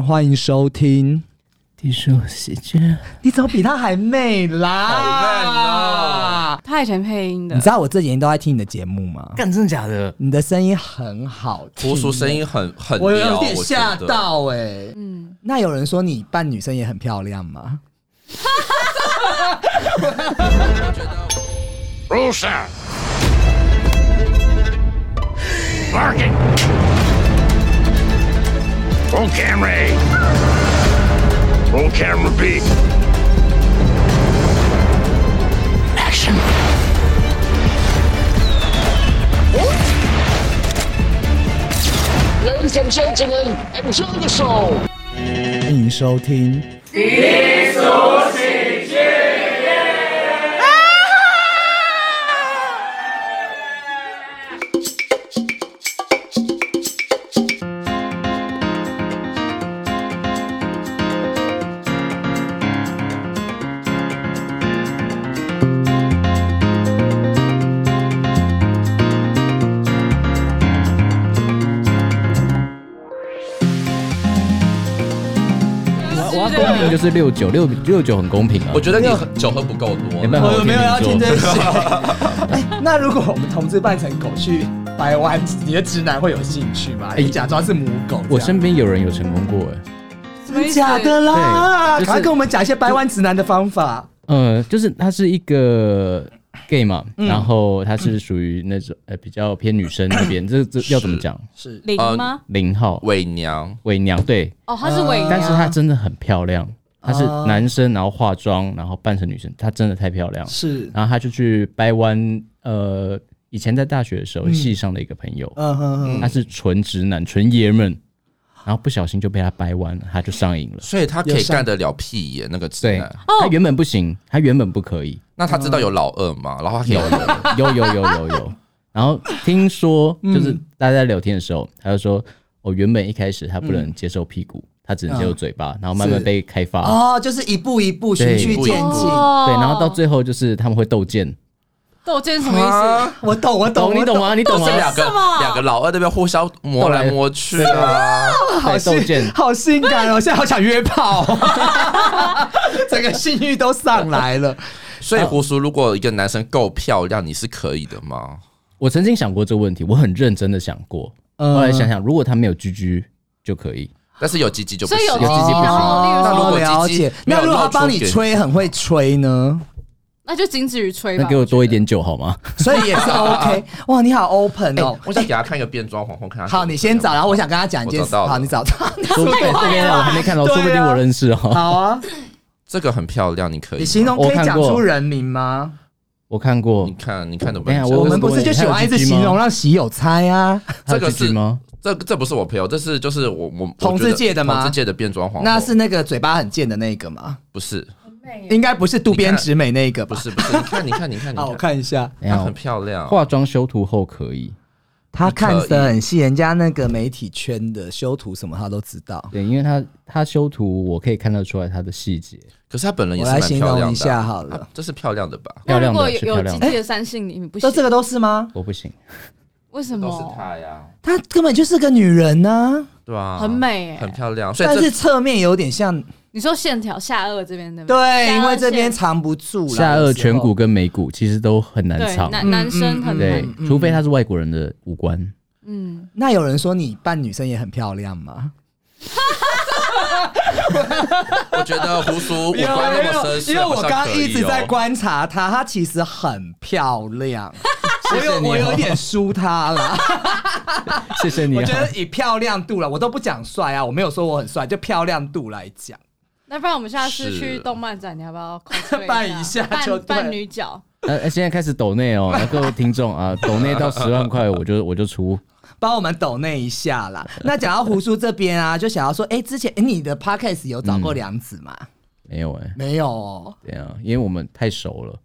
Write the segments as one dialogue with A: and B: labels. A: 欢迎收听。
B: 听说喜剧，
A: 你怎么比她还媚啦？
C: 好烂
A: 哦！
D: 他以前配音的
A: 你知，道我这几天都在听你的节目吗？
B: 干真的假的？
A: 你的声音很好听，
C: 婆叔声音很很
A: 我
C: 撩
A: 有点吓。
C: 我觉得
A: 到哎、
D: 嗯，
A: 那有人说你扮女生也很漂亮吗？
E: Rusa! Larkin! Roll camera A. Roll camera B. Action!
F: Ladies and gentlemen, enjoy the show!
A: 欢迎收听。
B: 我我要公平就是六九六六九很公平啊
C: 我，觉得你喝酒喝不够多，
B: 没办法
A: 我有没有要听
B: 听
A: 这些？ 哎，那如果我们同志扮成狗去掰弯，你的直男会有兴趣吗？你假装是母狗这样，
B: 哎我身边有人有成功过哎，
D: 什么意思
A: 假的啦，
B: 对就是
A: 赶快跟我们讲一些掰弯直男的方法。
B: 呃，就是他是一个 gay 嘛，然后他是属于那种呃比较偏女生那边，这这要怎么讲？
A: 是
D: 零
C: 呃
D: 吗？
B: 零号
C: 伪娘，
B: 伪娘对，啊
D: 哦，他是伪娘，
B: 但
A: 呃
B: 是她真的很漂亮，她是
A: 哦
B: 男生，然后化妆，然后扮成女生，她真的太漂亮了。
A: 是，
B: 然后她就去掰弯，呃，以前在大学的时候，系上的一个朋友，
A: 嗯哼哼，
B: 他是纯直男、纯爷们，然后不小心就被他掰弯了，他就上瘾了。
C: 所以他可
A: 有
C: 以
A: 上
C: 干得了屁眼那个直
B: 对，
C: 男。
B: 他原本不行，他原本不可以，
C: 那他知道有老二嘛？然后他可以有
B: 嗯有有有有有。然后听说就是大家在聊天的时候，他就说，我原本一开始他不能接受屁股，他只能接受嘴巴，然后慢慢
A: 是
B: 被开发。
A: 哦，就是一步一步循
B: 对
A: 序
C: 一步一
A: 渐
C: 步
A: 进。
D: 哦
B: 对，然后到最后就是他们会斗剑，
D: 斗剑是什么意思？
A: 我懂，我懂，
B: 懂你
A: 我
B: 懂？吗？你懂
C: 我
B: 吗
C: 们？两个
D: 什么
C: 两个老二那边互相摸来摸去啊，
A: 好
B: 对，斗
A: 性，
B: 剑。
A: 好性感哦！现在好想约 炮，整个性欲都上来了。
C: 所以胡叔，如果一个男生够漂亮，你是可以的吗？
B: 我曾经想过这个问题，我很认真的想过，
A: 嗯
B: 后来想想，如果他没有居居就可以，
C: 但是有鸡鸡就不
D: 所以有
C: 行，
D: 鸡
B: 有鸡鸡
D: 鸡，
B: 不行
D: 然后例如
C: 那如
D: 说，
C: 果
A: 哦了
C: 鸡鸡
A: 解，
C: 没有
A: 那如果他
C: 露出
A: 帮你
C: 给
A: 吹，很会吹呢，
D: 那就仅止于吹
B: 那
D: 吧
B: 给。我多一点酒好吗？
A: 所以也 是 OK。哇，你好 open
C: 哎
A: 哦！
C: 我想给他看一个变装皇后，看他
A: 好，你先找，然后我想跟他讲一件
C: 我
A: 事。
C: 找到了
A: 好，你找到。
B: 说不定这边我还没看到，
A: 对啊
B: 说不定我认识哦。
A: 好啊，
C: 这个很漂亮，你可以
A: 你形
C: 吗。
A: 容可
B: 我
A: 以
B: 看
A: 讲
B: 过
A: 出人名吗？
B: 我看过
C: 你，看，你看怎么
B: 等一
C: 办？
B: 下
A: 我
B: 我
A: 们不是就喜欢一直形容让喜友猜啊？
B: 他有
C: 这个
B: 鸡鸡
C: 是
B: 吗？
C: 这这不是我朋友，这是就是我我
A: 同志界的吗
C: 我觉得同志界的变装皇后，
A: 那是那个嘴巴很贱的那个吗？
C: 不是
A: 应该不是渡边直美那个吧
C: 不？是不是？你看你看你 看你
A: 好，我
C: 看，
A: 哦看一下。
B: 等一
C: 她
B: 下
C: 很啊漂亮，
B: 化妆修图后可以，
A: 他看
C: 可以
A: 得很细，人家那个媒体圈的修图什么他都知道。
B: 对，因为他他修图我可以看得出来他的细节，
C: 可是她本人也
A: 我
C: 是
A: 来
C: 蛮
A: 形
C: 漂
A: 容
C: 亮
A: 一
C: 的
A: 下
C: 啊，
A: 好了
C: 啊，这是漂亮的吧？
D: 那
B: 漂
D: 如
B: 亮
D: 果
B: 的是
D: 有鸡
B: 漂亮的，
D: 鸡的三性，你们不
A: 都
D: 行？
A: 这个都是吗？
B: 我不行，
D: 为什
C: 都是
D: 么？
C: 她呀，
A: 她根本就是个女人呢、
C: 对啊，
D: 很美
C: 很
D: 哎。
C: 漂亮，所以
A: 但是
C: 这
A: 侧面有点像，
D: 你说线条下颚这边对不
A: 对，
D: 下颚
A: 因为这边
D: 线
A: 藏不住啦
B: 下颚、颧骨
A: 有时
B: 跟眉骨其实都很难
D: 对
B: 藏，
D: 男
A: 嗯
D: 男生很
B: 嗯对
D: 美，，
B: 除非他是外国人的五 官。
D: 嗯
A: 候。，那有人说你扮女生也很漂亮吗？
C: 我 觉得胡叔五
A: 因为
C: 官那么深邃，
A: 因为我
C: 好像
A: 刚刚
C: 可
A: 一
C: 以
A: 直在
C: 哦。
A: 观察她，她其实很漂 亮。我
B: 谢
A: 有
B: 你哦
A: 我有点输她啦，
B: 谢谢你
A: 我
B: 啊
A: 觉，得以漂亮度了，我都不讲帅啊，我没有说我很帅，就漂亮度来讲。
D: 那不然我们下次
C: 是
D: 去动漫展，你要不要 cosplay
A: 扮一下就
D: 扮
A: 对
D: 扮女角？
B: 呃，呃现在开始抖内哦，各位听 众啊，抖内到十万块我就我就出，
A: 帮我们抖那一下 啦。那讲到胡叔这边啊，就想要说，哎、之前、诶你的 podcast 有找过梁子吗？
B: 没有哎，
A: 没有哦。
B: 对啊，因为我们太熟了，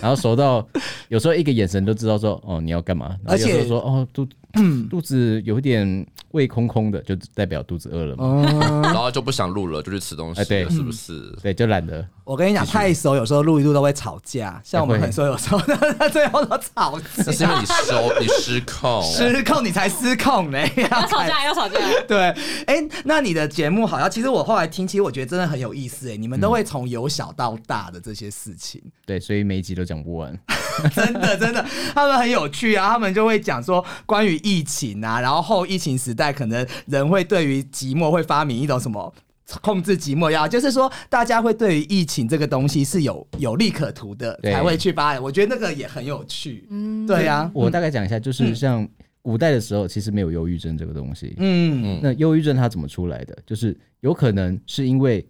B: 然后熟到有时候一个眼神都知道说哦你要干嘛，然后
A: 而且嗯
B: 有时候说哦都肚子有点胃空空的，就代表肚子饿了嘛。
A: 哦
C: 然后就不想录了，就去吃东西
B: 哎对
C: 了，是不是？
B: 对，就懒得。
A: 我跟你讲，太熟有时候录一录都会吵架，像我们
B: 会
A: 很熟有时候 最后都吵
C: 那是因
A: 架，
C: 为你收你失 控，
A: 失控你才失控嘞，要
D: 要吵架要吵架，
A: 对，哎、那你的节目好像，其实我后来听，其实我觉得真的很有意思哎、你们都会从由小到大的这些事情，
B: 对，所以每一集都讲不完。
A: 真的真的，他们很有趣啊，他们就会讲说关于疫情啊，然后后疫情时代，可能人会对于寂寞会发明一种什么。控制寂寞药，就是说大家会对于疫情这个东西是有有利可图的，
B: 对
A: 才会去发展。我觉得那个也很有趣，嗯，对呀、
B: 我大概讲一下，就是像古代的时候，其实没有忧郁症这个东西。
A: 嗯，
B: 那忧郁症它怎么出来的？就是有可能是因为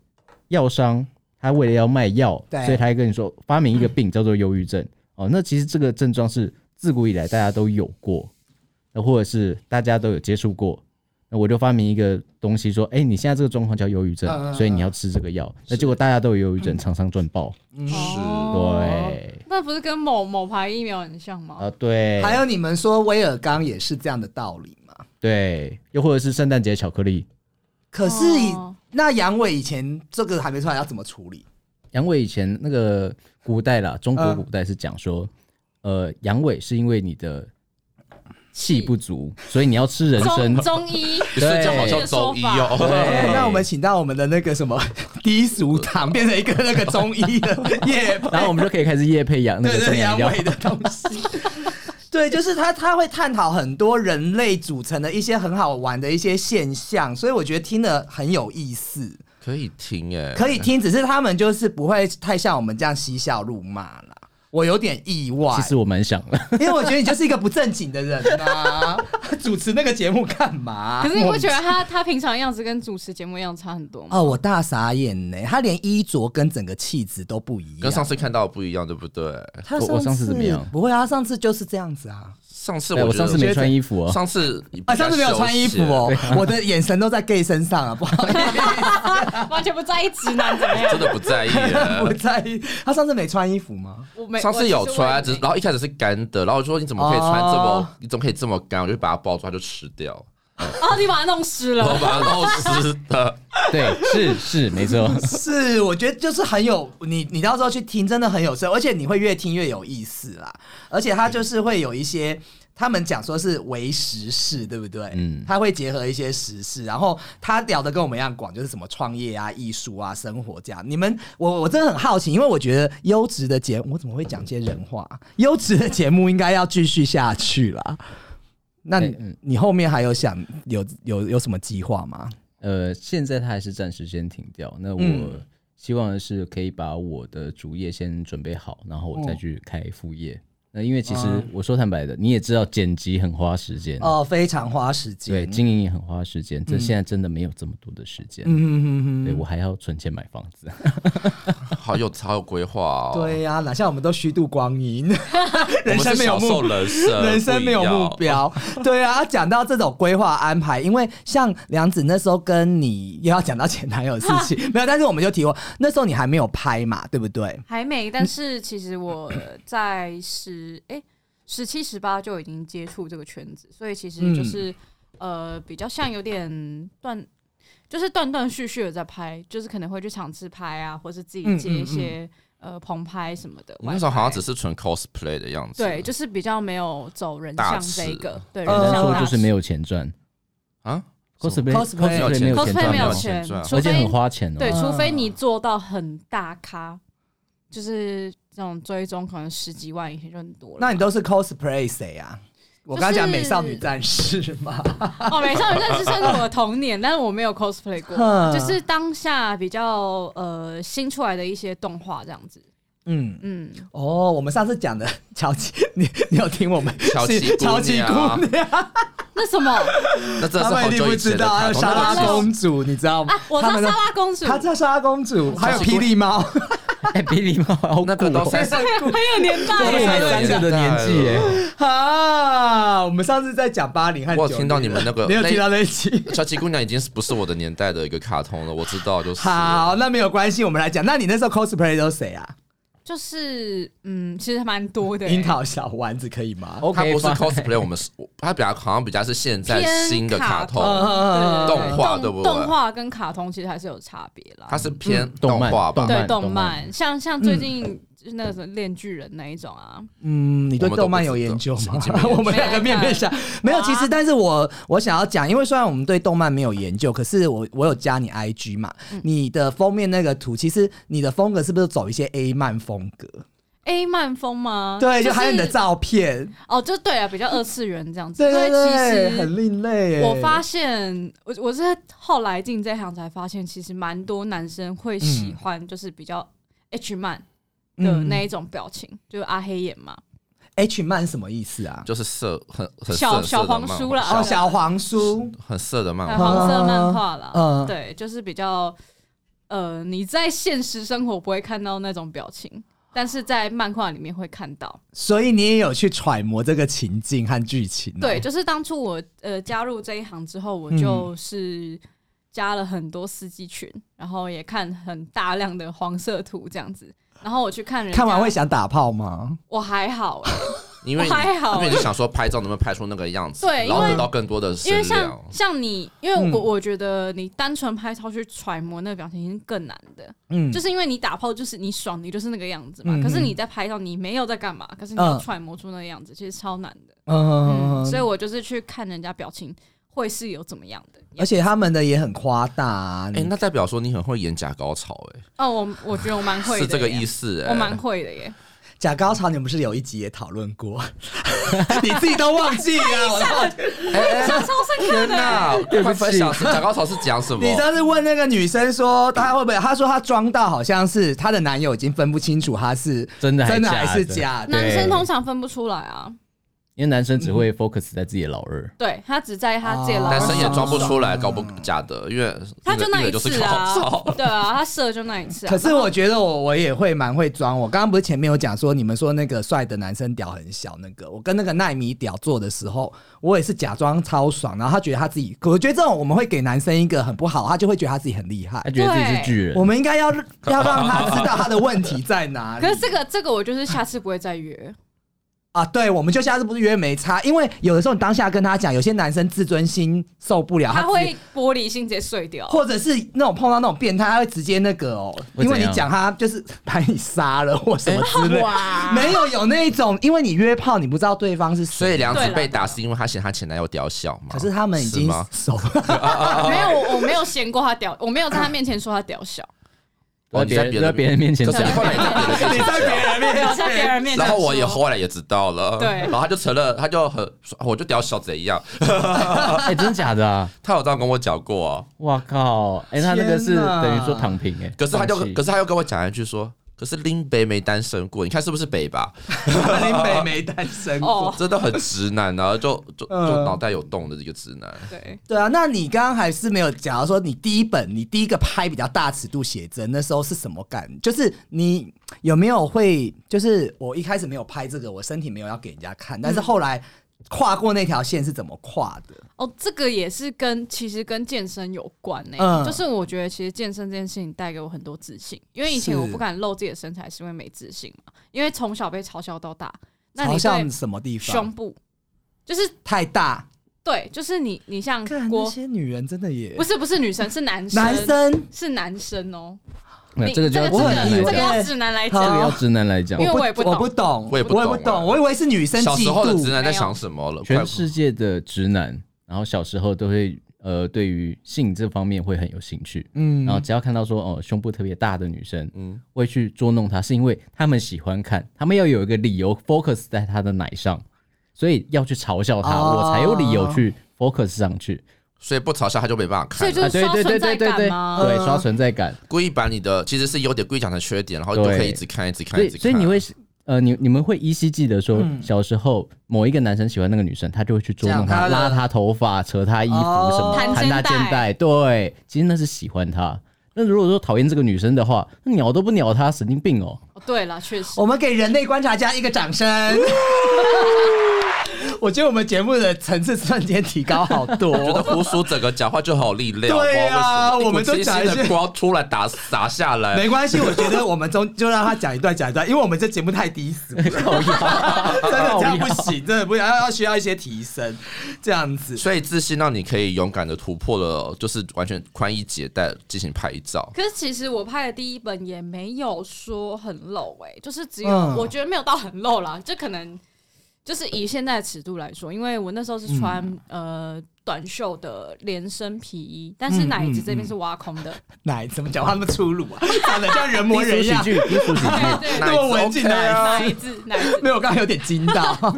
B: 药商他为了要卖药，
A: 对
B: 所以他还跟你说发明一个病叫做忧郁症。哦，那其实这个症状是自古以来大家都有过，那或者是大家都有接触过。那我就发明一个东西说，哎、你现在这个状况叫忧郁症，
A: 嗯嗯嗯嗯
B: 所以你要吃这个药。那结果大家都有忧郁症，厂商赚爆。
D: 哦
B: 嗯对，
D: 那不是跟某某牌疫苗很像吗？
B: 啊，对，
A: 还有你们说威尔刚也是这样的道理嘛？
B: 对，又或者是圣诞节巧克力。
A: 可是以、
D: 哦
A: 那阳痿以前这个还没出来，要怎么处理？
B: 阳痿以前那个古代啦，中国古代是讲说，呃，阳痿是因为你的气不足，所以你要吃人参
D: 中。中医
C: 你睡觉好像周一哦，
A: 哎那我们请到我们的那个什么 低俗堂，变成一个那个中医的 夜配，
B: 然后我们就可以开始夜配阳那
A: 对
B: 个
A: 对
B: 正
A: 阳
B: 阳药。
A: 痿的东西。 对，就是他，他会探讨很多人类组成的一些很好玩的一些现象，所以我觉得听的很有意思，
C: 可以听哎，
A: 可以听，只是他们就是不会太像我们这样嬉笑怒骂啦。我有点意外，
B: 其实我蛮想的，
A: 因为我觉得你就是一个不正经的人 呐、主持那个节目干嘛？
D: 可是你不觉得他他平常样子跟主持节目样子差很多吗？
A: 哦，我大傻眼呢，他连衣着跟整个气质都不一样。
C: 跟上次看到的不一样，对不对？
A: 他
B: 我我上次怎么样
A: 不会啊，上次就是这样子啊。
C: 上次
B: 对
C: 我
B: 我
C: 觉得
B: 上次没穿衣服哦。
C: 上次你
A: 啊，上次没有穿衣服哦，我的眼神都在 gay 身上啊，不好意思，
D: 完全不在意直男怎么
C: 真
D: 样？
C: 的不在意耶。
A: 不在意。他上次没穿衣服吗？
D: 我没
C: 上次有穿，只
D: 知
C: 是然后一开始是干的，然后我说你怎么可以穿这
A: 哦
C: 么，你怎么可以这么干？我就把它抱住，它就吃 掉，
D: 哦，你把它弄湿
C: 然后
D: 了，
C: 把它弄湿的。
B: 对，是是没错。
A: 是，我觉得就是很有你，你到时候去听真的很有深，而且你会越听越有意思啦。而且他就是会有一些，他们讲说是为时事，对不对？嗯
B: 嗯，
A: 他会结合一些时事，然后他聊的跟我们一样广，就是什么创业啊、艺术啊、生活这样。你们，我我真的很好奇，因为我觉得优质的节目，我怎么会讲些人话啊？优质的节目应该要继续下去啦。那你,、
B: 哎嗯
A: 你后面还有想有有有什么计划吗？
B: 呃，现在它还是暂时先停掉。那我
A: 嗯
B: 希望的是可以把我的主业先准备好，然后我再去开副业。那因为其实我说坦白的，你也知道剪辑很花时间
A: 哦、非常花时间。
B: 对，经营也很花时间，这现在真的没有这么多的时
A: 嗯
B: 间。对我还要存钱买房子，
D: 哦
C: 好有好有规划哦。，
A: 对呀、哪像我们都虚度光阴，人
C: 我们
A: 生
C: 是
A: 没有
C: 享受
A: 目，
C: 人生，
A: 人生没有目
C: 不一样。
A: 标。对啊，讲到这种规划安排，因为像梁子那时候跟你又要讲到前男友的事 情，没有，但是我们就提过，那时候你还没有拍嘛，对不对？
D: 还没。但是其实我在十哎十七十八就已经接触这个圈子，所以其实就是、呃比较像有点断，就是断断续续的在拍，就是可能会去场次拍啊，或是自己接一些、呃棚拍什么的。
C: 你那时候好像只
D: 是
C: 是纯 cosplay 的样子。
D: 对，就是比较没有走人
C: 大
D: 像
C: 尺
D: 这一个，对人
A: 呃
B: 简单
D: 像
B: 说
D: 大
B: 就是
D: 尺
B: 没有钱赚。
C: 啊，
B: cosplay
A: cosplay 没有
B: 没有钱
D: cosplay
B: 赚
D: 没有
B: 哦，
D: 钱
C: 钱赚，
D: 除
B: 而且
D: 非
B: 很花钱哦。
D: 对，
A: 啊
D: 除非你做到很大咖，就是这种追踪可能十几万以前就很多了吧。
A: 那你都是 cosplay 谁啊？我刚刚讲美少女战士嘛，
D: 哦，美少女战士算是我的童年，但是我没有 cosplay 过
A: 哼，
D: 就是当下比较呃新出来的一些动画这样子。
A: 嗯。
D: 嗯，
A: 哦，我们上次讲的乔琪，你你有听我们
C: 乔琪
A: 是
C: 姑
A: 乔琪
C: 娘
A: 姑娘，
D: 那 什么啊？
C: 那真的
A: 他
C: 是
A: 们
C: 好
A: 一定
C: 久
A: 不
C: 以
A: 知
C: 前的
A: 道，还有
C: 卡通。
A: 莎
C: 那
A: 拉
C: 个是
A: 公主，你知道吗？
D: 啊我知
A: 他
D: 道
A: 们
D: 莎
A: 都
D: 拉公主，
A: 她
D: 很
A: 叫莎拉公主，还有霹雳猫，
B: 哎，比你猫好
C: 那
B: 酷
C: 个都
B: 哦。
C: 三 十
D: 有年代
C: 对
B: 我
D: 耶。
B: 才三十的年 纪耶，
A: 啊，我们上次在讲八零和
C: 我有
A: 90
C: 听到你们那个
A: 你有
C: 那
A: 听到那一 集？
C: 小七姑娘已经是不是我的年代的一个卡通了，我知道就是。
A: 好，那没有关系，我们来讲。那你那时候 cosplay 都是谁啊？
D: 就是嗯，其实蛮多的、
A: 樱桃小丸子可以吗？
C: 它
B: OK，
C: 不是
B: 吧
C: cosplay，我们是它比较好像比较是现在
D: 偏
C: 新的卡
D: 卡
C: 通，
D: 通
A: 嗯
D: 对
C: 动画对不对
D: 动画跟卡通其实还是有差别啦。
C: 它是偏
B: 嗯动漫
C: 画吧
B: 动？
D: 对
B: 漫
D: 动
B: 漫
D: 漫，像像最近就是那个什么《恋巨人》那一种啊，
A: 嗯，你对
C: 我们都
A: 动漫
C: 不知
A: 有研究吗
C: 道没 有？
A: 我们两个面面相，没有。
D: 哇
A: 其实，但是我我想要讲，因为虽然我们对动漫没有研究，可是我我有加你 IG 嘛，你的封面那个图，其实你的风格是不是走一些
D: 嗯
A: A 漫风格？
D: A 漫风吗？
A: 对，就还有你的
D: 是
A: 照片，
D: 哦，就对啊，比较二次元这样子。
A: 对对
D: 所
A: 对
D: 以，其
A: 很
D: 实
A: 另类耶。
D: 我发现，我我是后来进这行才发现，其实蛮多男生会
A: 嗯
D: 喜欢，就是比较 H 漫
A: 嗯
D: 的那一种表情，就是阿黑眼嘛，
A: H 漫什么意思啊？
C: 就是色很很色
D: 小
C: 很色
D: 小
C: 的
D: 黄
C: 漫
D: 书
C: 画
D: 啦，啊
A: 哦，小黄书，
C: 很色的漫
D: 还有
C: 画，
D: 黄色漫画啦，
A: 哦嗯
D: 对，就是比较呃，你在现实生活不会看到那种表情，但是在漫画里面会看到。
A: 所以你也有去揣摩这个情境和剧情、哦
D: 对，，就是当初我呃加入这一行之后，我就是加了很多司机群，然后也看很大量的黄色图这样子。然后我去看人家，
A: 看完会想打炮吗？
D: 我还好、欸，
C: 因为你
D: 我还好
C: 因为你就想说拍照能不能拍出那个样子，
D: 对
C: 然后
D: 因为
C: 得到更多的
D: 因为
C: 声
D: 像
C: 量。
D: 像你，因为我、我觉得你单纯拍照去揣摩那个表情已经更难的，
A: 嗯，
D: 就是因为你打炮就是你爽，你就是那个样子嘛。
A: 嗯
D: 可是你在拍照，你没有在干嘛，可是你要
A: 嗯
D: 揣摩出那个样子，其实超难的。
A: 嗯
D: 嗯，所以我就是去看人家表情会是有怎么样的。
A: 而且他们的也很夸大、啊，
C: 哎、那代表说你很会演假高潮、
D: 哦，我我觉得我蛮
C: 哎，
D: 会的，
C: 是这个意。思、哎，
D: 我蛮会的耶，
A: 假高潮，你们不是有一集也讨论过？你自己都忘记了，我操！
D: 印象超深刻
C: 天
D: 的。
C: 哪！
B: 对不
C: 快分
B: 起
C: 享假高潮是讲什么？
A: 你上次问那个女生说她会不会，她说她装到好像是她的男友已经分不清楚她是
B: 真的还
A: 真的
B: 假
A: 还是
B: 的
A: 假的。
D: 男生通常分不出来啊，
B: 因为男生只会 focus 在自己的老二。
D: 对他只在他自己的老
C: 男
D: 二
C: 哦生也
D: 手
C: 装不
D: 上
C: 出来，搞不假的，因为
D: 他就那
C: 一
D: 一
C: 就是
D: 次
C: 高
D: 啊
C: 潮，，
D: 对啊，他射就那一次啊。
A: 可是我觉得我我也会蛮会装。我刚刚不是前面有讲说，你们说那个帅的男生屌很小，那个我跟那个奈米屌做的时候，我也是假装超爽，然后他觉得他自己，我觉得这种我们会给男生一个很不好，他就会觉得他自己很厉害
B: 他。觉得自己是巨人
A: 我，们应该要要让他知道他的问题在哪 里。
D: 可是这个这个我就是下次不会再约，
A: 啊，对，我们就下次不是约没差，因为有的时候你当下跟他讲，有些男生自尊心受不了，
C: 啊
D: 他
A: 自己
D: 会玻璃心直接碎掉。
A: 或者是那种碰到那种变态，他会直接那个哦，
B: 会
A: 因
B: 怎
A: 为
B: 样
A: 你讲他就是把你杀了或什么之类，
D: 哇
A: 没有有那一种，因为你约炮，你不知道对方是谁，
C: 所以梁子
D: 对啦
C: 被打是因为她嫌她前男友屌小嘛？
A: 可是他们已经
C: 吗？
A: 熟
C: 啊
D: 没有，我我没有嫌过他屌，我没有在他面前说他屌小，
B: 我
C: 哦
B: 在
C: 你在别
B: 别人在
C: 人
B: 别人面前
C: 可
B: 讲
C: 是你，后来在别的地
A: 你
C: 方
A: 在别人面
D: 我在别人面前说。
C: 然后我也后来也知道了，
D: 对
C: 然后他就承认，他就很，我就屌小贼一样，
B: 哎，真的假的啊？
C: 他有这样跟我讲过、啊，
B: 哇靠！哎，他那个是
A: 天哪
B: 等于说躺平哎，
C: 可是他就，
B: 放弃
C: 可是他又跟我讲一句说，可是林北没单身过，你看是不是北吧？
A: 前，林北没单身过。
D: 哦，
C: 真的很直男啊，就就就
A: 嗯
C: 脑袋有洞的一个直男。
D: 对，
A: 对啊，那你刚刚还是没有讲到说你第一本，你第一个拍比较大尺度写真，那时候是什么感？就是你有没有会，就是我一开始没有拍这个，我身体没有要给人家看，
D: 嗯
A: 但是后来跨过那条线是怎么跨的？
D: 哦，这个也是跟其实跟健身有关呢、
A: 嗯
D: 就是我觉得其实健身这件事情带给我很多自信，因为以前
A: 是
D: 我不敢露自己的身材，是因为没自信嘛，因为从小被嘲笑到大。那
A: 朝
D: 你
A: 向
D: 对
A: 什么地方？
D: 胸部，就是
A: 太大，
D: 对，就是你你像
A: 看那
D: 郭，
A: 些女人真的也
D: 不是不是女生，是男生，
A: 男生，
D: 是男生哦、
B: 那
D: 你
B: 这个就要
D: 这
B: 直
A: 我
D: 个
A: 很
B: 男来
A: 意
D: 这
A: 外
D: 个
B: 讲，
D: 要直男来
A: 好
B: 这个
D: 讲，哦
B: 要直男来讲
D: 因。为我也不
A: 我不懂，
C: 我也不懂
A: 我懂，我以为是女生
C: 小
A: 嫉
C: 时候的
A: 妒
C: 直男在想什么了？呃快
B: 全世界的直男，然后小时候都会呃对于性这方面会很有兴趣，
A: 嗯
B: 然后只要看到说哦胸部特别大的女生，
C: 嗯，
B: 会去捉弄她，是因为他们喜欢看，他们要有一个理由 focus 在她的奶上，所以要去嘲笑她，
C: 啊
A: 哦
B: 我才有理由去 focus 上去。
C: 所以不嘲笑他就没办法
D: 所
C: 看
D: 以，就是
B: 对
D: 刷
B: 啊对对
D: 存
B: 对
D: 在
B: 对
D: 感
B: 对，
D: 吗？
B: 对刷存在感，
C: 故意把你的其实是优点故意讲成缺点，然后就
B: 对
C: 可以一直看，一直看，
B: 所
C: 一
B: 以
C: 直看。
B: 所以你会呃你你们会依稀记得说，小时候某一个男生喜欢那个女生，他就会去捉弄
A: 这
B: 她，
A: 样嗯他的
B: 拉她头发、扯她衣服什么，
A: 哦
B: 弹
D: 弹
B: 她
D: 肩带
B: 肩带，对，其实那是喜欢她。那如果说讨厌这个女生的话，那鸟都不鸟她，神 经病哦！
D: 哦对了，确实。
A: 我们给人类观察家一个掌声。我觉得我们节目的层次瞬间提高好
C: 觉得
A: 多。
C: 胡叔整个讲话就好力量，
A: 对啊
C: 呀，
A: 我们都
C: 清
A: 讲
C: 晰
A: 一些
C: 的光突然打洒下来
A: 没，关系，我觉得我们中就让他讲一段讲一段，因为我们这节目太低 俗了，真的这样不行，真的不行，要要需要一些提升，这样子。
C: 所以自信让你可以勇敢的突破了，就是完全宽衣解带进行拍照。
D: 可是其实我拍的第一本也没有说很露诶、就是只有、
A: 嗯
D: 我觉得没有到很露啦，就可能就是以现在的尺度来说，因为我那时候是穿、呃短袖的连身皮衣，但是
A: 嗯
D: 奶子
A: 嗯
D: 这边是挖空的，
A: 奶怎么讲话那么粗鲁 啊？长得像人模
B: 低
A: 人
B: 俗喜
A: 样，
B: 剧，低俗喜剧，
D: 对
A: 那
D: 对，
A: 么文静
C: OK 啊
A: 奶
D: 奶子奶子
A: 没， 有，我刚刚有点惊 到。
D: 哦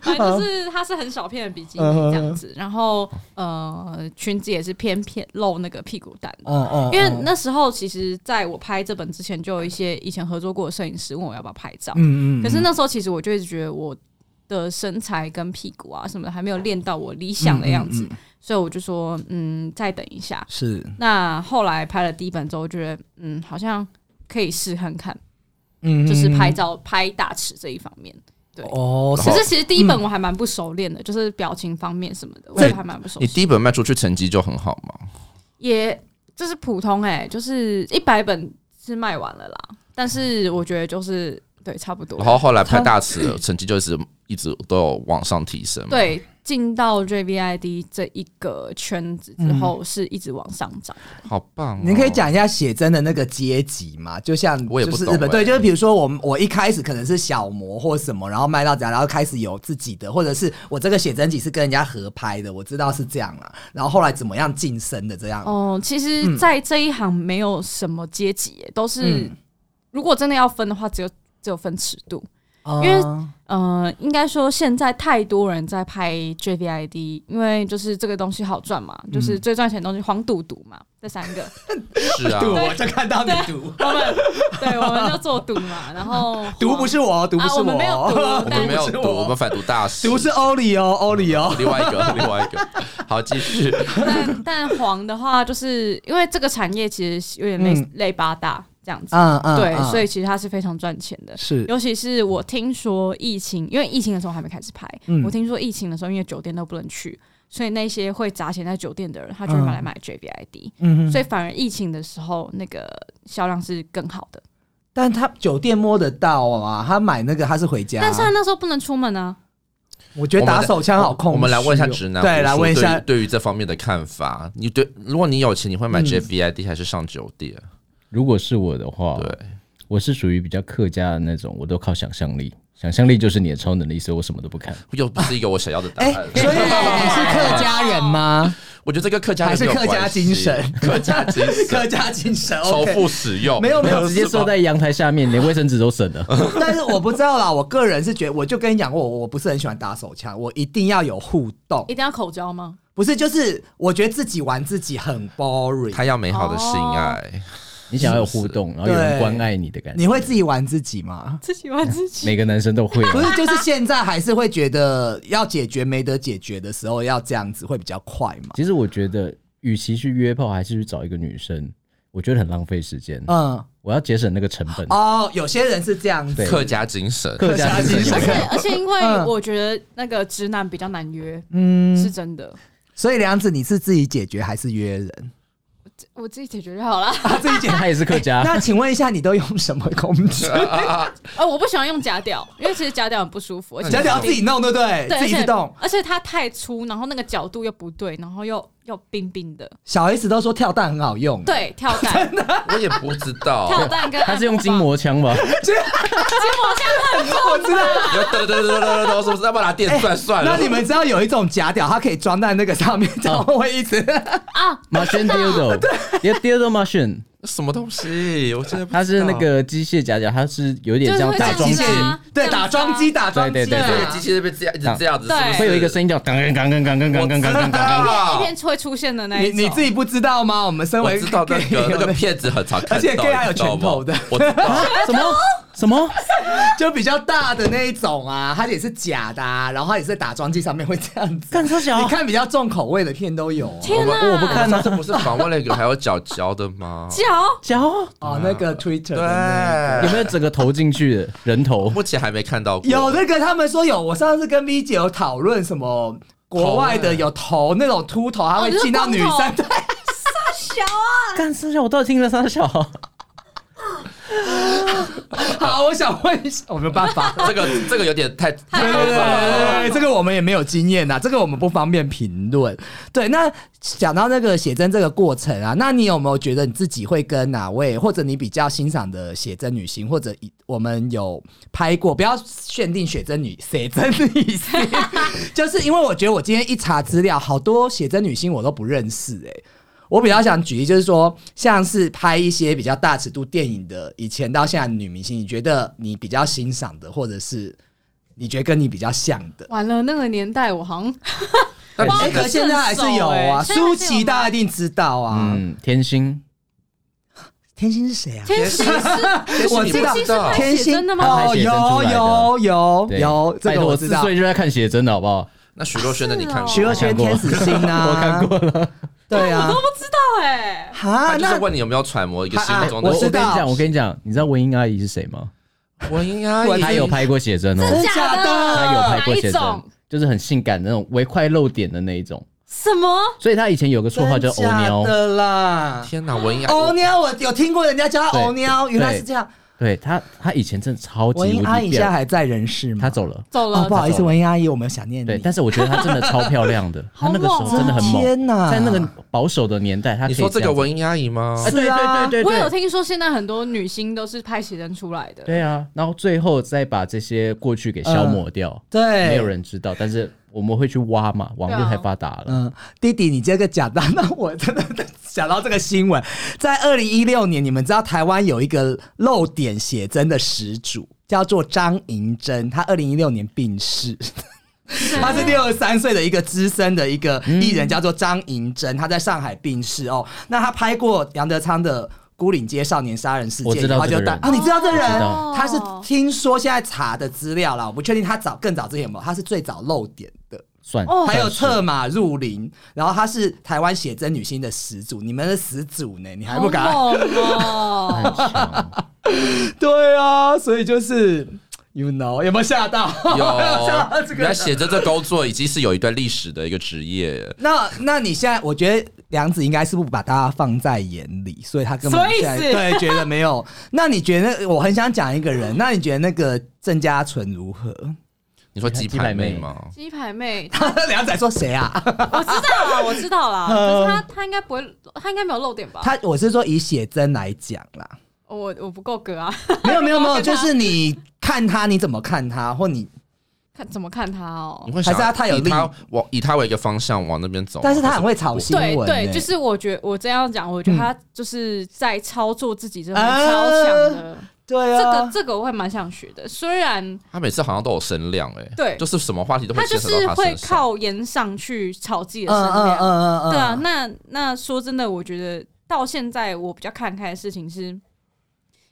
D: 反正就是它是很小片的比基尼这样
A: 嗯
D: 子，然后呃裙子也是偏偏露那个屁股蛋的。
A: 哦哦
D: 因为那时候，其实在我拍这本之前，就有一些以前合作过的摄影师问我要不要拍照。
A: 嗯
D: 可是那时候，其实我就一直觉得我的身材跟屁股啊什么的还没有练到我理想的样子，所以我就说，嗯，再等一下。
A: 是
D: 那后来拍了第一本之后，我觉得，嗯，好像可以试看看，
A: 嗯
D: 就是拍照、拍大尺这一方面。
A: 哦
C: 然
D: 可
C: 后
D: 是其实第一本我还蛮不熟练的，就是表情方面什么的，我
C: 这
D: 也还蛮不熟
C: 你
D: 悉。
C: 第一本卖出去成绩就很好嘛？
D: 也就是普通哎、就是一百本是卖完了啦，但是我觉得就是对差不多
C: 然。后后来拍大尺，成绩就一直一直都有往上提升
A: 嗯
C: 嘛。
D: 对，进到 JVID 这一个圈子之后，是一直往上涨。
A: 嗯
C: 好棒哦！
A: 你可以讲一下写真的那个阶级吗？就像
C: 我也不
A: 就是
C: 懂
A: 日本
C: 欸
A: 对，就是比如说我我一开始可能是小模或什么，然后卖到怎样，然后开始有自己的，或者是我这个写真集是跟人家合拍的，我知道是这样啊。然后后来怎么样晋升的这样？
D: 哦，其实，在这一行没有什么阶级耶、都是、
A: 嗯
D: 如果真的要分的话，只有只有分尺度。
A: 哦
D: 因为呃，应该说现在太多人在拍 JVID，因为就是这个东西好赚嘛，
A: 嗯
D: 就是最赚钱的东西黄赌毒嘛，这三 个，
C: 是啊，
A: 赌，我就看到你赌，
D: 我们对，我们就做赌嘛，然后
A: 赌不是我，哦赌不
D: 啊，
A: 是
D: 我们 没有
A: 我，
D: 赌，
C: 我
D: 但
C: 们没有
A: 不是
C: 读，
A: 我
C: 我们反读大师，
A: 赌是欧里哦，欧里 哦。
C: 另外一个，另外一个。好，继 续。
D: 但但黄的话，就是因为这个产业其实有点类
A: 嗯
D: 类八大这样子，
A: 嗯嗯
D: 对，
A: 嗯
D: 所以其实它是非常赚钱的。
A: 是
D: 尤其是我听说疫情，因为疫情的时候还没开始拍，
A: 嗯
D: 我听说疫情的时候，因为酒店都不能去，所以那些会砸钱在酒店的人，他就会拿来买 JBID，、
A: 嗯
D: 所
A: 哼，
D: 以反而疫情的时候那个销量是更好的。
A: 但他酒店摸得到啊，他买那个他是回家，
D: 但是他那时候不能出门啊，
A: 我觉得打手枪好控
C: 我们来问一下
A: 制哦
C: 直男，
A: 对，来问一下
C: 对于这方面的看法。你对，如果你有钱，你会
A: 嗯
C: 买 JVID 还是上酒店？
B: 如果是我的话，
C: 对，
B: 我是属于比较客家的那种，我都靠想象力，想象力就是你的超能力，所以我什么都不看。
C: 又 不是一个我想要的答
A: 哎，
C: 案
A: 所。以你是客家人吗？
C: 我觉得这个客家人
A: 还是
C: 没有
A: 客家
C: 关系
A: 精神
C: 客家精
A: 客
C: 神，
A: 家精神
C: 重
A: ，OK。
C: 复使用，
A: 没有没有
B: 直接
C: 是吧
B: 坐在阳台下面，连卫生纸都省了。
A: 但是我不知道啦，我个人是觉得，我就跟你讲过，我我不是很喜欢打手枪，我一定要有互动
D: 一，定要口交吗？
A: 不是就是我觉得自己玩自己很 boring。
C: 他要美好的性爱，
A: 哦
B: 你想要有互动，然后有人关爱你的感觉。
A: 你会自己玩自己 吗？
D: 自己玩自己。
B: 每个男生都会啊、
A: 不是，就是现在还是会觉得要解决没得解决的时候要这样子会比较快嘛？
B: 其实我觉得，与其去约炮，还是去找一个女生，我觉得很浪费时间。
A: 嗯，
B: 我要节省那个成本。
A: 哦，有些人是这样子
B: 对，
C: 客家精神，
B: 客家精
A: 客家精
B: 神
A: 神，
D: 而且因为
A: 嗯
D: 我觉得那个直男比较难约，是
A: 嗯，
D: 真的。
A: 所以梁子你是自己解决还是约人？
D: 我自己解决就好了。
A: 他 自己解决。
B: 他也是客家。
A: 那请问一下，你都用什么工具？
D: 呃，我不喜欢用假屌，因为其实假屌很不舒服，而且
A: 你要要自己弄，对不对？自
D: 对，而
A: 己去
D: 且
A: 动。
D: 而且它太粗，然后那个角度又不对，然后又又冰冰的。
A: 小 S 都说跳蛋很好用，，
D: 对，跳蛋，
C: 我也不知道。
D: 跳蛋跟
B: 他是用筋膜枪吧？
A: 我知道。
C: 你要噔噔噔噔噔噔，是不是？要不要拿电钻算了？
A: 哎那你们知道有一种假屌，它可以装在那个上面，然后会一 直。
D: 啊，
B: m a c h i n e dildo，d i l d o machine，
C: 什么东西？我真的不知道
B: 它是那个机械夹夹，它是有一点像
D: 就是会
B: 打
D: 这
B: 桩
D: 样
B: 机
D: 子，啊
A: 对，打桩机，打桩机，
B: 对对对
C: 这个机器那边这样一直这样子，是不是
B: 会有一个声音叫“当当当当当
C: 我
B: 当
C: 知
B: 当当当当”。
D: 一
C: 道
D: 片，会出现的那一
A: 你你自
D: 己
A: 己不知道吗？我们身
C: 我
A: 为
C: 知道那
A: gay
C: 个那个骗子很常看到，
A: 而且 gay 还有
C: 你知道
A: 拳
C: 吗
A: 头的
C: 我知道。
B: 什么什么？
A: 就比较大的那一种啊，它也是假的、啊，然后它也是在打桩机上面会这样子。
B: 干啥小
A: 你看比较重口味的片都有啊
D: 天哪！
B: 我不看
C: 上
B: 啊
C: 次不是访问了一个还有脚脚的吗？
D: 脚
B: 脚
A: 哦，那个 Twitter 的那个
C: 对，
B: 有没有整个投进去的人头？
C: 目前还没看到过。
A: 有那个他们说有，我上次跟 V 姐有讨论什么。国外的有头那种秃头，他会进到女
D: 哦
A: 生，
D: 你
A: 对，
D: 小啊，
B: 干啥小？我到底听了啥小？
A: 好，我想问一下，我没有办法，
C: 这个这个有点 太
A: 对对对对对，这个我们也没有经验啊呐，这个我们不方便评论。对，那讲到那个写真这个过程啊，那你有没有觉得你自己会跟哪位，或者你比较欣赏的写真女星，或者以我们有拍过？不要限定写真女写真女星， 就是因为我觉得我今天一查资料，好多写真女星我都不认识哎、我比较想举例，就是说，像是拍一些比较大尺度电影的，以前到现在的女明星，你觉得你比较欣赏的，或者是你觉得跟你比较像的？
D: 完了那个年代 我好像
C: 但
D: 哇
A: 哎，
D: 这个
A: 可现在还是有啊，
D: 哎现在还是有
A: 舒
D: 吗
A: 淇大家一定知道啊。
B: 嗯，甜心，
A: 天心是谁啊？
D: 天使是
C: 但是
A: 我
C: 你
A: 知道
C: 不知道
D: 天心真的吗
A: 哦，有有有
B: 对
A: 有，这
B: 拜
A: 个
B: 托
A: 我
B: 我
A: 知
B: 四
A: 道。
B: 岁就在看写真的好不好？
C: 那徐若瑄的你看过？
A: 徐若瑄天使星啊， 我看过了。对 啊，
D: 不知道哎，
A: 哈，
C: 他就
A: 啊那
C: 是问你有没有揣摩一个心
A: 啊
C: 目中的
A: 我
B: 我
A: 知
B: 跟你
A: 道
B: 讲，我跟你讲，你知道文英阿姨是谁吗？
C: 我应该
A: 我
B: 她有拍过写真哦，
D: 真
A: 的假的
B: 她有拍
D: 哪
B: 过
D: 一
B: 写真
D: 种？，
B: 就是很性感的那种，唯快露点的那一种。
D: 什么？
B: 所以她以前有个绰号叫
A: 真假
B: 欧妞，
A: 的啦。
C: 天哪，我应该
A: 欧妞，我有听过人家叫她
B: 对
A: 欧妞，原来是
B: 对
A: 这样。
B: 对她，她以前真的超级
A: 文
B: 无
A: 英阿姨
B: 敌
A: 现在
B: 漂亮，
A: 还在人世吗？
B: 她走了。
D: 走
A: 哦，
D: 了，
A: 不好意思，
B: 走了
A: 文英阿姨，我们有想念你。
B: 对，但是我觉得她真的超漂 亮的，她
D: 好
B: 那个时候真的很
A: 猛哦
B: 猛。
A: 天哪
B: 在那个保守的年代，她可
C: 你
B: 以
C: 说这个
B: 样子
C: 文英阿姨 吗？
B: 哎对
A: 是啊
B: 对对对
D: 我
B: 对，
D: 有听说现在很多女星都是拍写真出来的，
B: 对啊，然后最后再把这些过去给
A: 嗯
B: 消磨掉，
A: 对，
B: 没有。人知道，但是我们会去挖
D: 啊
B: 嘛，网络太发达了。
A: 嗯，弟弟，你这个讲到，那我真的想到这个新闻，在二零一六年，你们知道台湾有一个漏点写真的始祖，叫做张银珍，她二零一六年病逝。她是六十三岁的一个资深的一个艺人，叫做张银
B: 嗯
A: 珍，她在上海病逝哦。那她拍过杨德昌的《孤岭街少年杀人事件
B: 我》，知道
A: 然后就
B: 这个
A: 带
B: 人
A: 啊，你知道这人
B: 知道？
A: 他是听说现在查的资料啦，我不确定他早更早之前有没有，他是最早漏点的，
B: 算，
D: 哦
A: 还有
B: 算是
A: 策马入林，然后他是台湾写真女星的始祖，你们的始祖呢？你还不敢？
D: 好猛哦！
B: 很强，
A: 对啊，所以就是，you know，有没有 吓到？
C: 有
A: 吓到这，个
C: 原来
A: 人。
C: 写着这工作已经是有一段历史的一个职业。
A: 那那你现在，我觉得梁子应该是不把大家放在眼里，所以他根本
D: 所以
A: 现在
D: 是
A: 对觉得没 有。那你觉得我很想讲一个人，那你觉得那个郑嘉纯如何？
C: 你说鸡排妹吗？
D: 鸡排妹，
A: 梁仔说谁 啊？
D: 我知道 啦，我知道啦，可是她她应该不会，她应该没有漏点吧？
A: 嗯他我是说以写真来讲啦，
D: 我我不够格啊，
A: 没有没有没有，
D: 跟他
A: 就是你看他你怎么看他，或你，
D: 看怎么看她哦
C: 你。会想
A: 还是她太有
C: 以
A: 力
C: 她往以她为一个方向往那边走吗，
A: 但是他很会炒新
D: 对
A: 闻、欸，嗯
D: 对，就是我觉我这样讲，我觉得她就是在操作自己这方
A: 啊
D: 面超强的，
A: 对
D: 这
A: 啊，
D: 个这个我会蛮想学的。虽然
C: 她每次好像都有声量哎、
D: 对
C: 就是什么话题都会
D: 她就
C: 牵扯到
D: 是
C: 她
D: 会
C: 身上。
D: 靠言上去炒自己的
A: 嗯
D: 声
A: 嗯
D: 量，
A: 嗯嗯，
D: 对啊，，那那说真的，我觉得到现在我比较看开的事情是，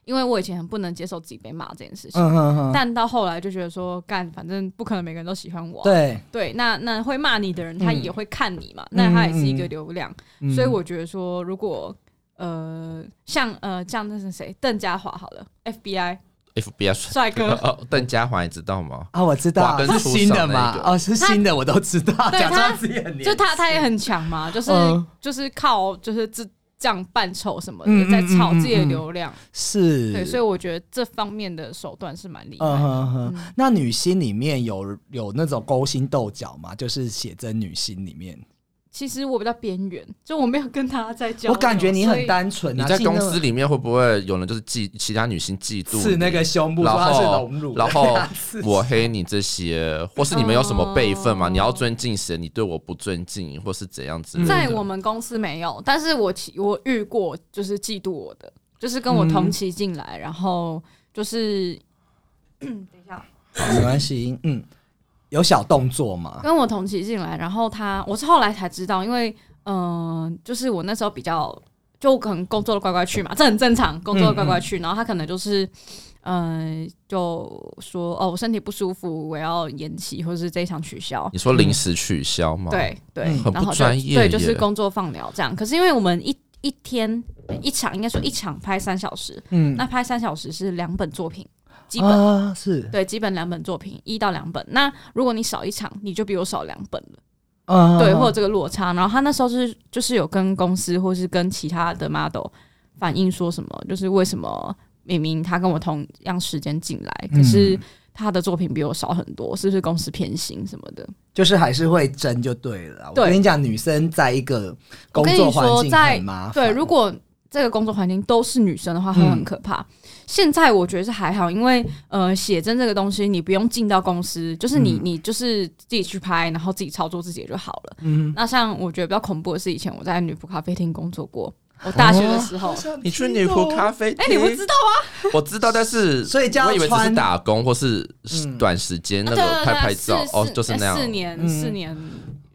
D: 因为我以前很不能接受自己被骂这件事情，
A: 嗯嗯嗯，
D: 但到后来就觉得说，干，反正不可能每个人都喜欢我啊、
A: 对，
D: 对，那那会骂你的人，他也会看你嘛，
A: 嗯
D: 那他也是一个流量，
A: 嗯
D: 所以我觉得说，如果呃像呃像那是谁，邓家华好了，FBI
C: FBS
D: 帅 哥。
C: 呃，邓家华你知道吗？
A: 啊，我知
C: 华
A: 道
C: 根
A: 是
C: 出
A: 新的
C: 手那
A: 嘛，
C: 个
A: 哦，是新的，我都知道，
D: 对
A: 假
D: 他
A: 装自己很年
D: 就他他也很强嘛，就是、
A: 嗯
D: 就是靠就是这这样扮丑什么的，
A: 嗯嗯
D: 在炒
A: 嗯嗯
D: 自己的
A: 嗯
D: 流量。
A: 是，
D: 对，所以
A: 以。
D: 我觉得这方面的手段是蛮厉害
A: 嗯
D: 的。
A: 哼哼，那女星里面有有那种勾心斗角嘛？就是写真女星里面，
D: 其实我比较边缘，就我没有跟他在交流。
A: 我感觉你
D: 所
A: 很
D: 以。
A: 单纯
C: 你
A: 啊。
C: 在
A: 进那
C: 公司里面会不会有人就是嫉其他女性嫉妒
A: 刺那个
C: 你
A: 胸部，
C: 然
A: 说她是
C: 后
A: 荣辱，
C: 然后
A: 刺
C: 抹黑你这些，或是你们有什么辈分吗？
D: 哦
C: 你要尊敬谁？你对我不尊敬，或是怎样子？
D: 在我们公司没有，但是我其我遇过，就是嫉妒我的，就是跟我同期进来，然后就是，等一下，
A: 没关系，嗯，有小动作嘛，
D: 跟我同期进来，然后他我是后来才知道，因为嗯、呃就是我那时候比较就我可能工作的乖乖去嘛，这很正常，工作的乖乖去。然后他可能就是，嗯、就说哦，我身体不舒服，我要延期，或者是这一场取消。
C: 你说临时取消吗？，
D: 对对，
C: 很
D: 然
C: 不
D: 后就
C: 专业
D: 对，就是
C: 耶
D: 工作放疗这样。可是因为我们一一天一场，应该说一场拍三小时，
A: 嗯
D: 那拍三小时是两本作品，基本、
A: 啊是
D: 对，基本两本作品，一到两本。那如果你少一场，你就比我少两本了，
A: 啊
D: 对，会有这个落差。然后他那时候就是就是有跟公司或是跟其他的 model 反映说什么，就是为什么明明他跟我同样时间进来，可是他的作品比我少很多，是不是公司偏心什么的？
A: 就是还是会争就对了啦。
D: 对
A: 我跟你讲，女生在一个工
D: 我跟
A: 作
D: 你
A: 环
D: 说，
A: 境
D: 在
A: 很麻烦。
D: 对，如果这个工作环境都是女生的话，会很可怕。
A: 嗯
D: 现在我觉得是还好，因为呃，写真这个东西你不用进到公司，就是
A: 嗯
D: 你、你就是自己去拍，然后自己操作自己就好了。嗯，那像我觉得比较恐怖的是，以前我在女仆咖啡厅工作过，
A: 哦
D: 我大学的时候，
C: 你去女仆咖啡
D: 哎、
C: 厅，
D: 你不知道
C: 我知道，但是
A: 所以就要
C: 我以为只是
A: 穿
C: 打工或是短时间那
D: 对
C: 个
D: 对嗯
C: 拍
D: 对
C: 拍
D: 四
C: 照哦，
D: 四
C: 就是那
D: 哎四
C: 样，
D: 年、
A: 嗯
D: 四年，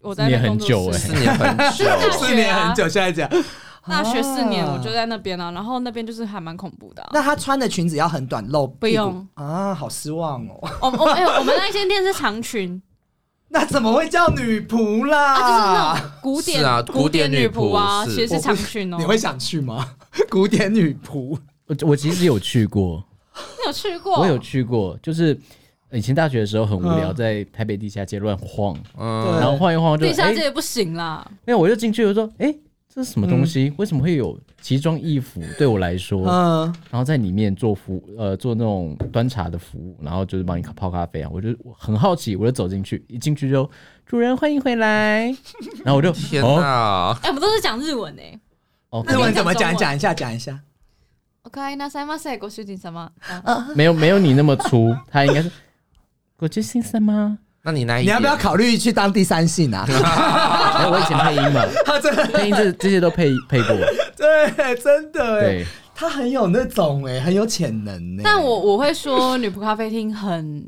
D: 我在那边
B: 你也很
D: 工
B: 久
D: 作
B: 哎
D: 四
C: 四
D: 年
C: 年很久
D: 这是。大
A: 四
D: 学
A: 年很
D: 啊，
A: 久，现在讲，
D: 大学四年
A: 啊
D: 我就在那边啊，然后那边就是还蛮恐怖的啊、
A: 那她穿的裙子要很短，露不
D: 不用
A: 啊，好失望哦。
D: 我我哎、我们那间店是长裙，
A: 那怎么会叫女仆啦？
D: 啊，就是那种古典
C: 是啊古
D: 古
C: 典
D: 典
C: 女
D: 女
C: 仆
D: 仆啊，
C: 是
D: 其实是长裙哦、
A: 你会想去吗？ 古典女仆，
B: 我我其实有去过，
D: 你有去过？
B: 我有去过，就是以前大学的时候很无聊，
A: 嗯
B: 在台北地下街乱晃，
C: 嗯，
B: 然后晃一晃就
D: 地下
B: 哎
D: 街也不行啦，
B: 没有，我就进去，我说，哎、这是什么东西？为什么会有奇装异服？对我来说，
A: 嗯，
B: 然后在里面做服务，呃，做那种端茶的服务，然后就是帮你泡咖啡啊。我就我很好奇，我就走进去，一进去就主人欢迎回来，然后我就
C: 天
B: 哦
C: 哪，
D: 哎、我们都是讲日文诶、
B: 哦，
A: 日
D: 那
A: 文
D: 你
A: 怎么讲？
D: 讲中文
A: 讲一下，讲一下。
D: OK，那三马赛国修景什么？啊
B: 没有没有你那么粗， 他应该是国际先生吗？
C: 那你那一啊
A: 你要不要
C: 点
A: 考虑去当第三性 啊？
B: 哎我以前配音嘛，
A: 她真的
B: 配音这这些都配配过，
A: 对，真的哎
B: 对，，
A: 她很有那种哎，很有潜能哎。
D: 但我我会说女仆咖啡厅很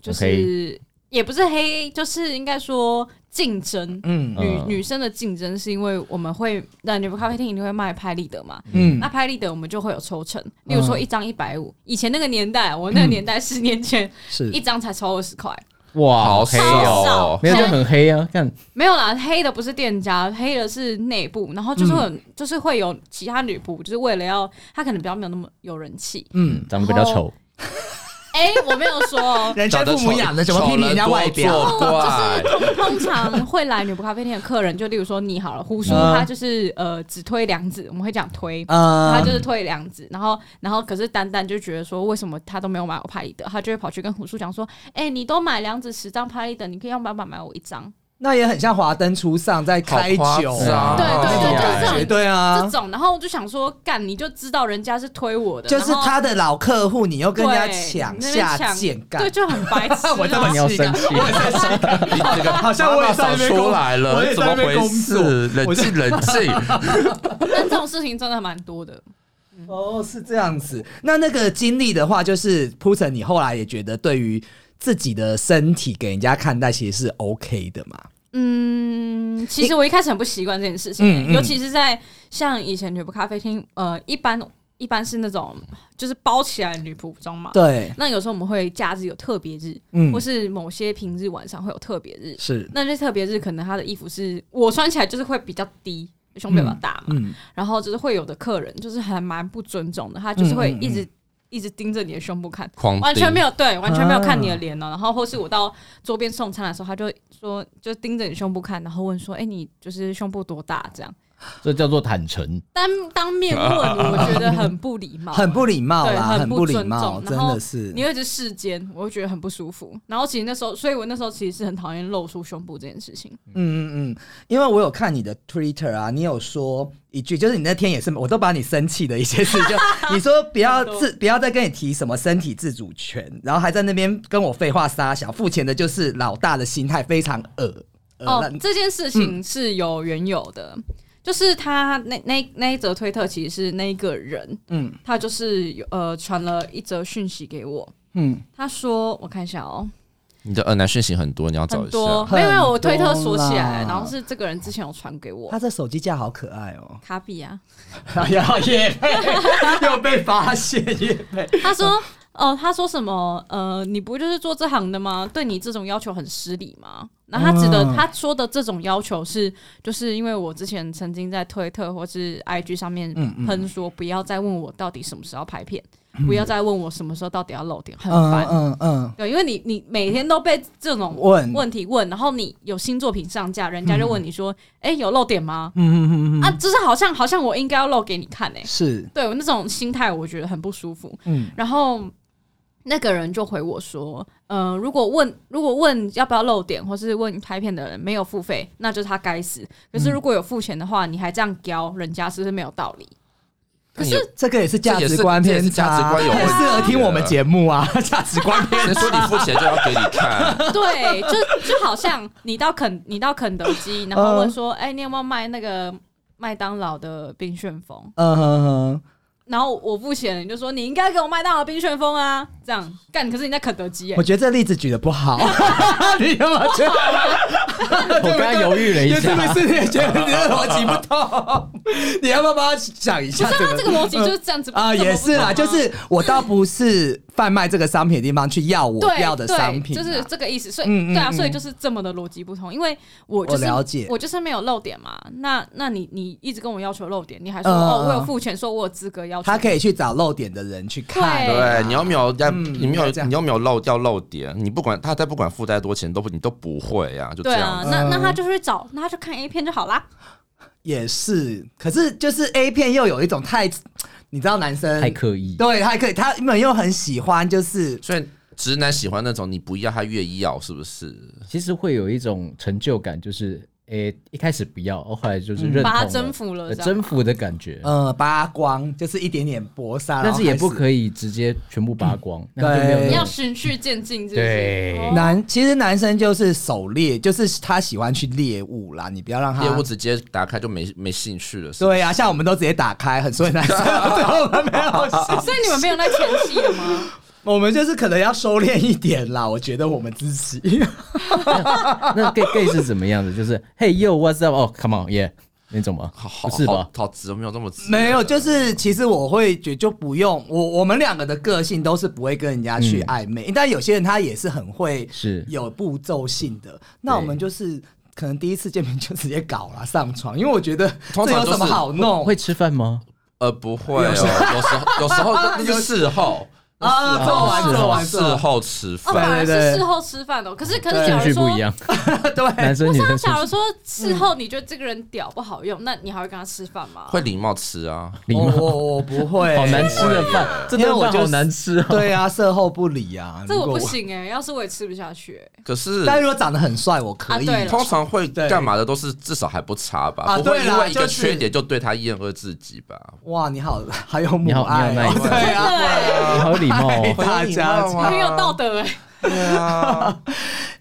D: 就是也不是黑，就是应该说竞争。
A: 嗯
D: 女
B: 嗯
D: 女生的竞争是因为我们会那女仆咖啡厅一定会卖拍立得嘛，
A: 嗯
D: 那拍立得我们就会有抽成，例如说
A: 嗯
D: 一张一百五，以前那个年代，我那个年代十年前
A: 是
D: 一张才抽二十块，
B: 哇，
C: 好
B: 黑
C: 少
B: 哦，
C: 哦
D: 少？
B: 没有就很黑啊，看
D: 没有啦，黑的不是店家，黑的是内部，然后就是会有、
A: 嗯
D: 就是会有其他女仆，就是为了要她可能比较没有那么有人气。
A: 嗯，，
B: 长得比较丑，
D: 哎、我没有说哦
A: 人家
C: 长得
A: 父母
C: 丑
A: 养的，怎么批评人家外
C: 丑
A: 表？
C: 人多作怪
D: 通通常会来女仆咖啡店的客人，就例如说你好了，胡叔
A: 嗯
D: 他就是呃只推两指，我们会讲推。他
A: 呃
D: 就是推两指，然后，然后可是丹丹就觉得说，为什么他都没有买我拍立得，他就会跑去跟胡叔讲说，哎、你都买两指十张拍立得，你可以要不要买买我一张？
A: 那也很像华灯初上在开
C: 好
A: 酒
C: 夸张
A: 啊，
D: 对对对，就是
A: 那种感
D: 这种
A: 觉对
D: 这
A: 啊，
D: 种，然后我就想说，干，你就知道人家是推我的，
A: 就是
D: 然后
A: 他的老客户，你又跟人家
D: 对
A: 抢
D: 你那边
A: 下
D: 抢
A: 贱干
D: 对，，就很白痴啊。
A: 我这么
B: 你要生气。
C: 你这 个
A: 好像我也在那边工
C: 出来
A: 我
C: 了，
A: 也
C: 怎
A: 在
C: 么
A: 那边
C: 回
A: 工作
C: 事？冷
A: 我就
C: 静冷静，
D: 但这种事情真的蛮多的。
A: 哦，是这样子。那那个经历的话，就是铺陈，你后来也觉得对于自己的身体给人家看待，其实是 OK 的嘛？
D: 嗯，其实我一开始很不习惯这件事情、欸
A: 嗯嗯
D: 尤其是在像以前女仆咖啡厅，呃，一般一般是那种就是包起来的女仆装嘛。。
A: 对，
D: 那有时候我们会假日有特别日，
A: 嗯
D: 或是某些平日晚上会有特别日。
A: 是，
D: 那些特别日可能她的衣服是我穿起来就是会比较低，胸部比较大嘛。
A: 嗯，
D: 然后就是会有的客人就是还蛮不尊重的，他就是
A: 嗯
D: 会一直、一直盯着你的胸部看，
C: 狂
D: 完全没
C: 有。
D: 有对，完全没有看你的脸哦、然后或是我到桌边送餐的时候，他就说就盯着你胸部看，然后问说：“哎、你就是胸部多大？”这样
B: 这叫做坦诚。
D: 当当面问你，我觉得很不礼 貌，
A: 很不礼貌
D: 对，
A: 啦，很
D: 不
A: 礼
D: 尊
A: 貌，
D: 重，
A: 真
D: 然后
A: 的是
D: 你。会一直视奸，我会觉得很不舒服。然后其实那时候，所以我那时候其实是很讨厌露出胸部这件事情。
A: 嗯嗯嗯，因为我有看你的 Twitter 啊，你有说一句，就是你那天也是，我都把你生气的一些事，就 你说不要 自不要再跟你提什么身体自主权，然后还在那边跟我废话撒小，付钱的就是老大的心态非常恶。恶
D: 哦
A: 烂，
D: 这件事情是有缘由的，就是他那那那一则推特其实是那一个人，
A: 嗯
D: 嗯，他就是有呃传了一则讯息给我，
A: 嗯
D: 他说我看一下哦，
C: 你的呃男讯息很多，你要找
D: 很
C: 一下。
D: 多，
A: 很
D: 没有没有，我推特锁起来，
A: 多啦
D: 然后是这个人之前有传给我
A: 他这手机架好可爱 哦、
D: 卡比啊，
A: 哎呀，也被又被发现，也被
D: 他说。哦，他说什么？呃，你不就是做这行的吗？对你这种要求很失礼吗？那他指的、
A: 嗯
D: 他说的这种要求是，就是因为我之前曾经在推特或是 IG 上面
A: 嗯
D: 喷说，不要再问我到底什么时候拍片，不要再问我什么时候到底要露点，很烦。
A: 嗯嗯，
D: 对，因为你你每天都被这种
A: 问嗯
D: 问题问，然后你有新作品上架，人家就问你说：“哎、有漏点吗？”
A: 嗯嗯嗯
D: 啊，就是好像好像我应该要漏给你看哎、
A: 是，
D: 对我那种心态，我觉得很不舒服。
A: 嗯
D: 然后那个人就回我说：“嗯、如果问如果问要不要漏点，或是问拍片的人没有付费，那就是他该死。可是如果有付钱的话，你还这样教人家，是不是没有道理？”
C: 但
D: 可
C: 也
D: 是
A: 这个也是价值观
C: 这也
A: 偏
C: 是
A: 差，
C: 价值观有问
A: 很
C: 题
A: 适合听我们节目啊，价值观偏
C: 谁说你付钱就要给你看？
D: 对，就就好像你到肯你到肯德基，然后问说：“哎、你有没有卖那个麦当劳的冰旋风
A: 嗯哼哼，？”
D: 然后我付钱，你就说：“你应该给我麦当劳冰旋风啊！”这样干，可是你在肯德基耶、
A: 我觉得这例子举的不 好，你有没有觉得？
B: 我刚刚犹豫了一
A: 是
B: 下
A: 不，是你觉得你的逻辑不通？ 你要不要帮他想一下？
D: 不是啊，这个逻辑就是这样子
A: 啊，也是啦，
D: 啊，
A: 就是我倒不是贩卖这个商品的地方去要我
D: 对
A: 要的商品啊，
D: 对就是这个意思。所以、
A: 嗯嗯
D: 对啊，
A: 嗯
D: 所以就是这么的逻辑不同，因为我就是
A: 我了解
D: 我就是没有漏点嘛。那那你你一直跟我要求漏点，你还说、
A: 嗯
D: 哦，
A: 嗯
D: 我有付钱，说我有资格要求，
A: 他可以去找漏点的人去看。
D: 对
C: 对，你要没有在，你没有
A: 这样
C: 你要没有漏掉漏点，你不管他再不管付再多钱都不你都不会呀，就这
D: 对
C: 样
D: 啊，
C: 子。
D: 那那
A: 嗯
D: 他就去找，那他就看 A 片就好啦。
A: 也是，可是就是 A 片又有一种太，你知道男生
B: 太刻意。
A: 对太刻意，他们又很喜欢，就是
C: 所以直男喜欢那种你不要他越要，是不是？
B: 其实会有一种成就感，就是诶、一开始不要，后来就是认同了、
D: 把它征服了
B: 呃
D: 这样
B: 征服的感觉。
A: 呃扒光，就是一点点薄纱，
B: 但是也不
A: 以。
B: 可以直接全部扒光，那就没有
A: 对
B: 那
D: 你要
B: 种
D: 循序渐进，是不是？
B: 对
D: 哦
A: 男其实男生就是狩猎，就是他喜欢去猎物啦，你不要让他
C: 业务直接打开就没没兴趣了，是不是
A: 对呀、啊，像我们都直接打开，很所以男生对我们没有兴趣
D: 所以你们没有在前戏了吗？
A: 我们就是可能要收敛一点啦。我觉得我们自己
B: 那 gay gay 是怎么样的？就是 Hey yo what's up？哦、come on yeah 那种吗？
C: 好好
B: 不是吧
C: 好？好直，没有这么 直，
A: 没有，就是其实我会觉得就不用我我们两个的个性都是不会跟人家去暧昧，但有些人他也嗯是很会
B: 是
A: 有步骤性的，那我们就是。可能第一次见面就直接搞了上床，因为我觉得
C: 通
A: 这
C: 常
A: 有
C: 都
A: 什么
C: 是
A: 好弄？
B: 会吃饭吗？
C: 呃不会哦，有时候有时候那就是事后
A: 啊，做完
B: 是
A: 做完
C: 事
A: 做完
C: 后吃
D: 哦，
C: 饭，
D: 反而
A: 对对
D: 是
A: 对
D: 事后吃饭哦。可是可是，
A: 啊
B: 顺
D: 假
B: 序
D: 如
B: 不
D: 说
B: 一，样，
A: 对
B: 男生女
D: 那
B: 生顺
D: 假如
B: 序
D: 说
A: 嗯
D: 事后你觉得这个人屌不好用，那你还会跟他吃饭吗？
C: 会礼貌吃啊。
B: 礼
A: 我
B: 貌，
A: 我我哦不会，
B: 好难吃的饭，这顿饭好难吃啊！
A: 对啊，事后不理啊，
D: 这我
A: 如果
D: 不。行哎、要是我也吃不下去、欸，
C: 可是
A: 但如果长得很帅，我可以。
D: 啊对了
C: 通常会
A: 对
C: 干嘛的都是至少还不差吧，
A: 啊
C: 不会
A: 对啦
C: 因为一个
A: 就是
C: 缺点就对他厌恶自己吧。
A: 哇，你好，还有母
B: 你好
A: 爱
B: 你好
A: 哦，
B: nice
A: 对啊，
B: 你好礼貌
A: 哎
B: 哦，
A: 大家
C: 会礼貌啊
D: 很有道德哎、
C: 对啊，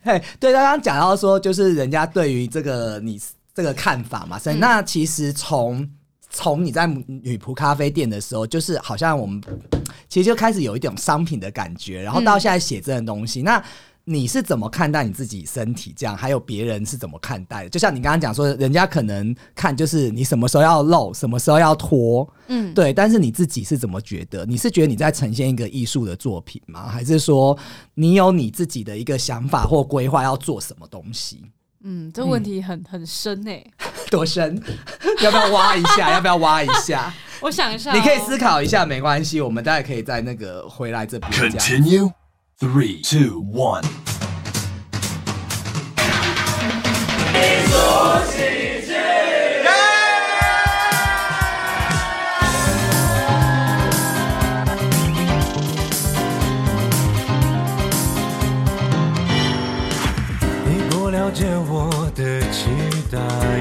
A: 嘿，对，刚刚讲到说，就是人家对于这个你这个看法嘛，
D: 嗯
A: 所以、那其实从从你在女仆咖啡店的时候，就是好像我们其实就开始有一种商品的感觉，然后
D: 嗯
A: 到现在写这种东西，那。你是怎么看待你自己身体这样？还有别人是怎么看待的？就像你刚刚讲说，人家可能看就是你什么时候要露，什么时候要脱，
D: 嗯，
A: 对，但是你自己是怎么觉得？你是觉得你在呈现一个艺术的作品吗？还是说你有你自己的一个想法或规划要做什么东西？
D: 嗯，这问题很很深哎、
A: 多深？ 要不要挖一下？要不要挖一下？
D: 我想一下哦、
A: 你可以思考一下，没关系，我们大概可以在那个回来这边这样。
G: Continue. Three, two, one. 你不了解我的期待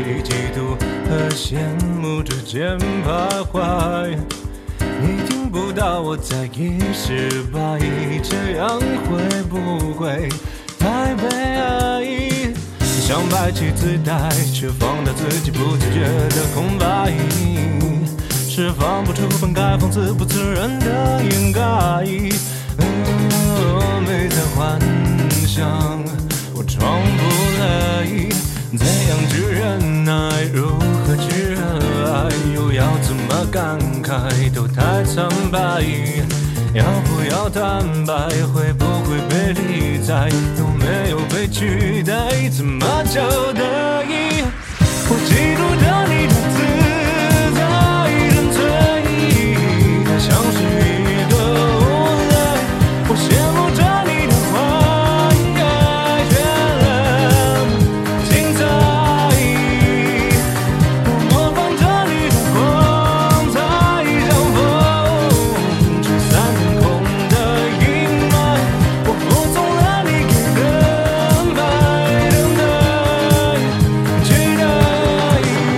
G: 与嫉妒和羡慕之间徘徊。你听不到我在一失败，这样会不会太悲哀？想摆起姿态，却放大自己不自觉的空白，释放不出本该放肆不自然的掩盖。嗯，没在幻想。想，我装不来，怎样去忍耐，如何去热爱，又要怎么感慨，都太苍白。要不要坦白，会不会被理睬，有没有被取代，怎么交代？我嫉妒着你的自在沉醉，它像是一个无奈。我羡慕着你的花开绚烂精彩，我模仿着你的光彩，像风吹散天空的阴霾。我服从了你给的安排，等待。期待。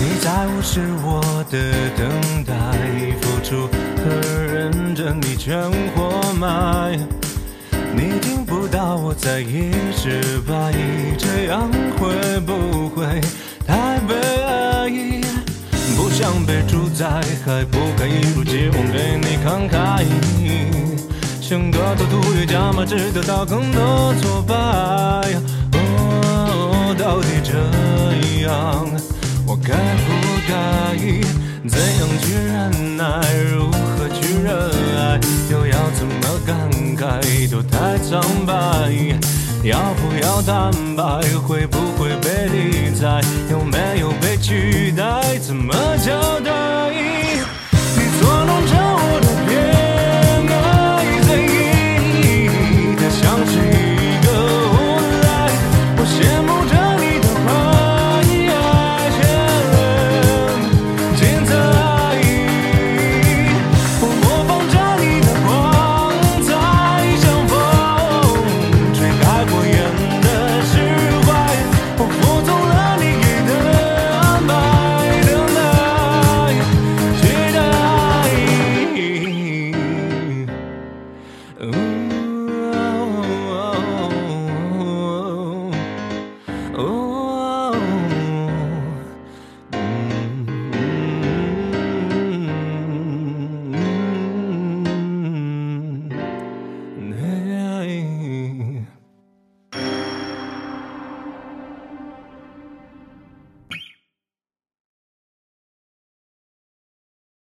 G: 你在无视我的等待，付出和认真你全活埋。你听不到我在一直怀疑，这样会不会太悲哀？不想被主宰，还不敢一如既往对你慷慨。想得到突越加码，只得到更多挫败。哦，到底这样，我该不该？怎样去忍耐，如何去热爱，又要怎么感慨，都太苍白。要不要坦白，会不会被理睬，有没有被取代，怎么交代？啊